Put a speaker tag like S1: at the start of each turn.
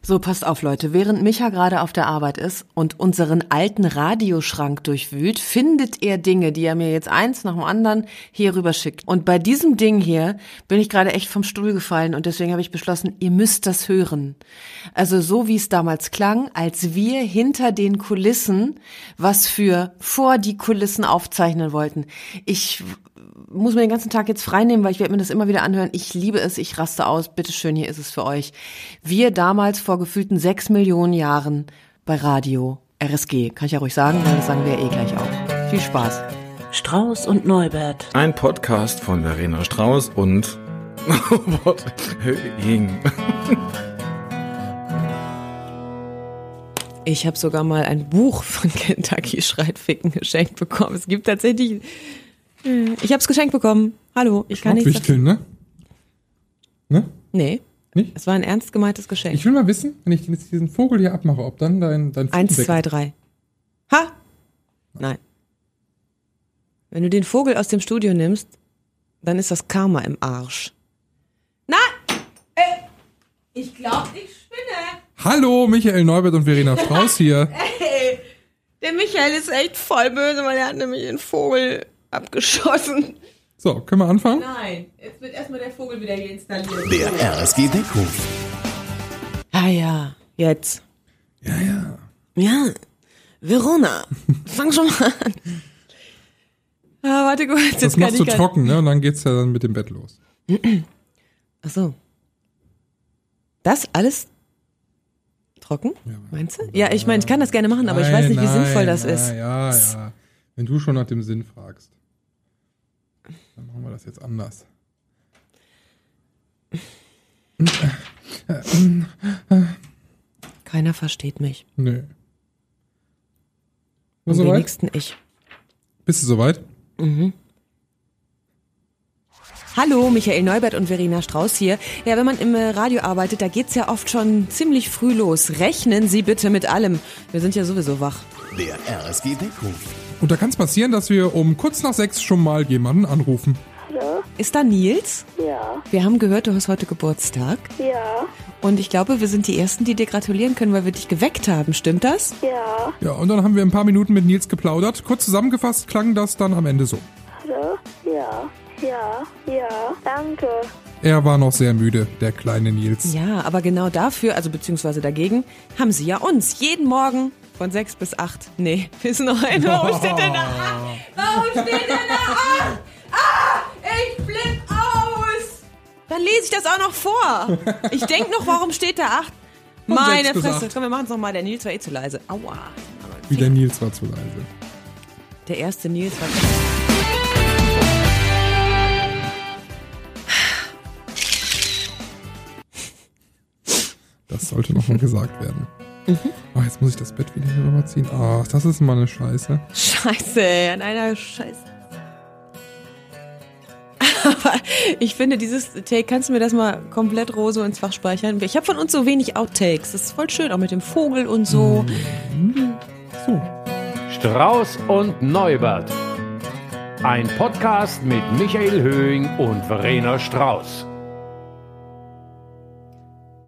S1: So, passt auf, Leute. Während Micha gerade auf der Arbeit ist und unseren alten Radioschrank durchwühlt, findet er Dinge, die er mir jetzt eins nach dem anderen hier rüber schickt. Und bei diesem Ding hier bin ich gerade echt vom Stuhl gefallen und deswegen habe ich beschlossen, ihr müsst das hören. Also so wie es damals klang, als wir hinter den Kulissen was für vor die Kulissen aufzeichnen wollten. Ich muss mir den ganzen Tag jetzt freinehmen, weil ich werde mir das immer wieder anhören. Ich liebe es, ich raste aus. Bitteschön, hier ist es für euch. Wir damals vor gefühlten sechs Millionen Jahren bei Radio RSG. Kann ich ja ruhig sagen, weil das sagen wir ja eh gleich auch. Viel Spaß.
S2: Strauß und Neubert.
S3: Ein Podcast von Verena Strauß und Robert Höhing.
S4: Ich habe sogar mal ein Buch von Kentucky Schreitficken geschenkt bekommen. Es gibt tatsächlich äh, ich hab's geschenkt bekommen. Hallo, ich kann nichts.
S5: Wichteln, ne? Ne?
S4: Nee.
S5: Nicht?
S4: Es war ein ernst gemeintes Geschenk.
S5: Ich will mal wissen, wenn ich jetzt diesen Vogel hier abmache, ob dann dein dein
S4: Eins,
S5: Feedback-
S4: zwei, drei. Ha! Nein. Wenn du den Vogel aus dem Studio nimmst, dann ist das Karma im Arsch. Na! Ich glaube, ich spinne.
S5: Hallo, Michael Neubert und Verena Strauß hier.
S4: Der Michael ist echt voll böse, weil er hat nämlich den Vogel abgeschossen.
S5: So, können wir anfangen?
S4: Nein, jetzt wird erstmal der Vogel wieder hier installiert.
S6: Der RSG Deckruf.
S4: Ah ja, jetzt.
S5: Ja, ja.
S4: Ja, Verona, fang schon mal an. Ah, warte kurz, jetzt
S5: Das
S4: kann
S5: machst
S4: ich
S5: du
S4: gar-
S5: trocken, ne? Und dann geht's ja dann mit dem Bett los.
S4: Ach so. Das alles trocken? Meinst du? Ja, ich meine, ich kann das gerne machen, aber ich weiß nicht, wie
S5: Nein,
S4: sinnvoll das
S5: nein,
S4: ist.
S5: Ja, ja. Wenn du schon nach dem Sinn fragst, dann machen wir das jetzt anders.
S4: Keiner versteht mich.
S5: Nö.
S4: Am
S5: Bist du soweit?
S4: wenigsten ich.
S5: Bist du soweit?
S4: Hallo, Michael Neubert und Verena Strauß hier. Ja, wenn man im äh, Radio arbeitet, da geht's ja oft schon ziemlich früh los. Rechnen Sie bitte mit allem. Wir sind ja sowieso wach.
S6: Der RSG Deckruf.
S5: Und da kann es passieren, dass wir um kurz nach sechs schon mal jemanden anrufen.
S4: Ist da Nils?
S7: Ja,
S4: Wir haben gehört, du hast heute Geburtstag.
S7: ja,
S4: Und ich glaube, wir sind die Ersten, die dir gratulieren können, weil wir dich geweckt haben. Stimmt das?
S7: ja,
S5: Ja, und dann haben wir ein paar Minuten mit Nils geplaudert. Kurz zusammengefasst klang das dann am Ende so.
S7: hallo, ja, ja, ja, danke.
S5: Er war noch sehr müde, der kleine Nils.
S4: Ja, aber genau dafür, also beziehungsweise dagegen, haben sie ja uns jeden Morgen von sechs bis acht. Nee, bis neun. Warum
S5: Oh.
S4: steht denn da acht? Warum steht denn da acht? Ah, ich flipp aus! Dann lese ich das auch noch vor. Ich denk noch, warum steht da acht? Meine
S5: sechs bis
S4: Fresse.
S5: acht.
S4: Komm, wir machen's noch mal. Der Nils war eh zu leise. Aua.
S5: Wie der Nils war zu leise.
S4: Der erste Nils war...
S5: Das sollte nochmal gesagt werden. Oh, jetzt muss ich das Bett wieder hier rüberziehen. Ach, das ist mal eine Scheiße.
S4: Scheiße, ey, an einer Scheiße. Aber ich finde, dieses Take, kannst du mir das mal komplett roh so ins Fach speichern? Ich habe von uns so wenig Outtakes. Das ist voll schön, auch mit dem Vogel und so.
S5: So.
S8: Strauß und Neubert. Ein Podcast mit Michael Höhing und Verena Strauß.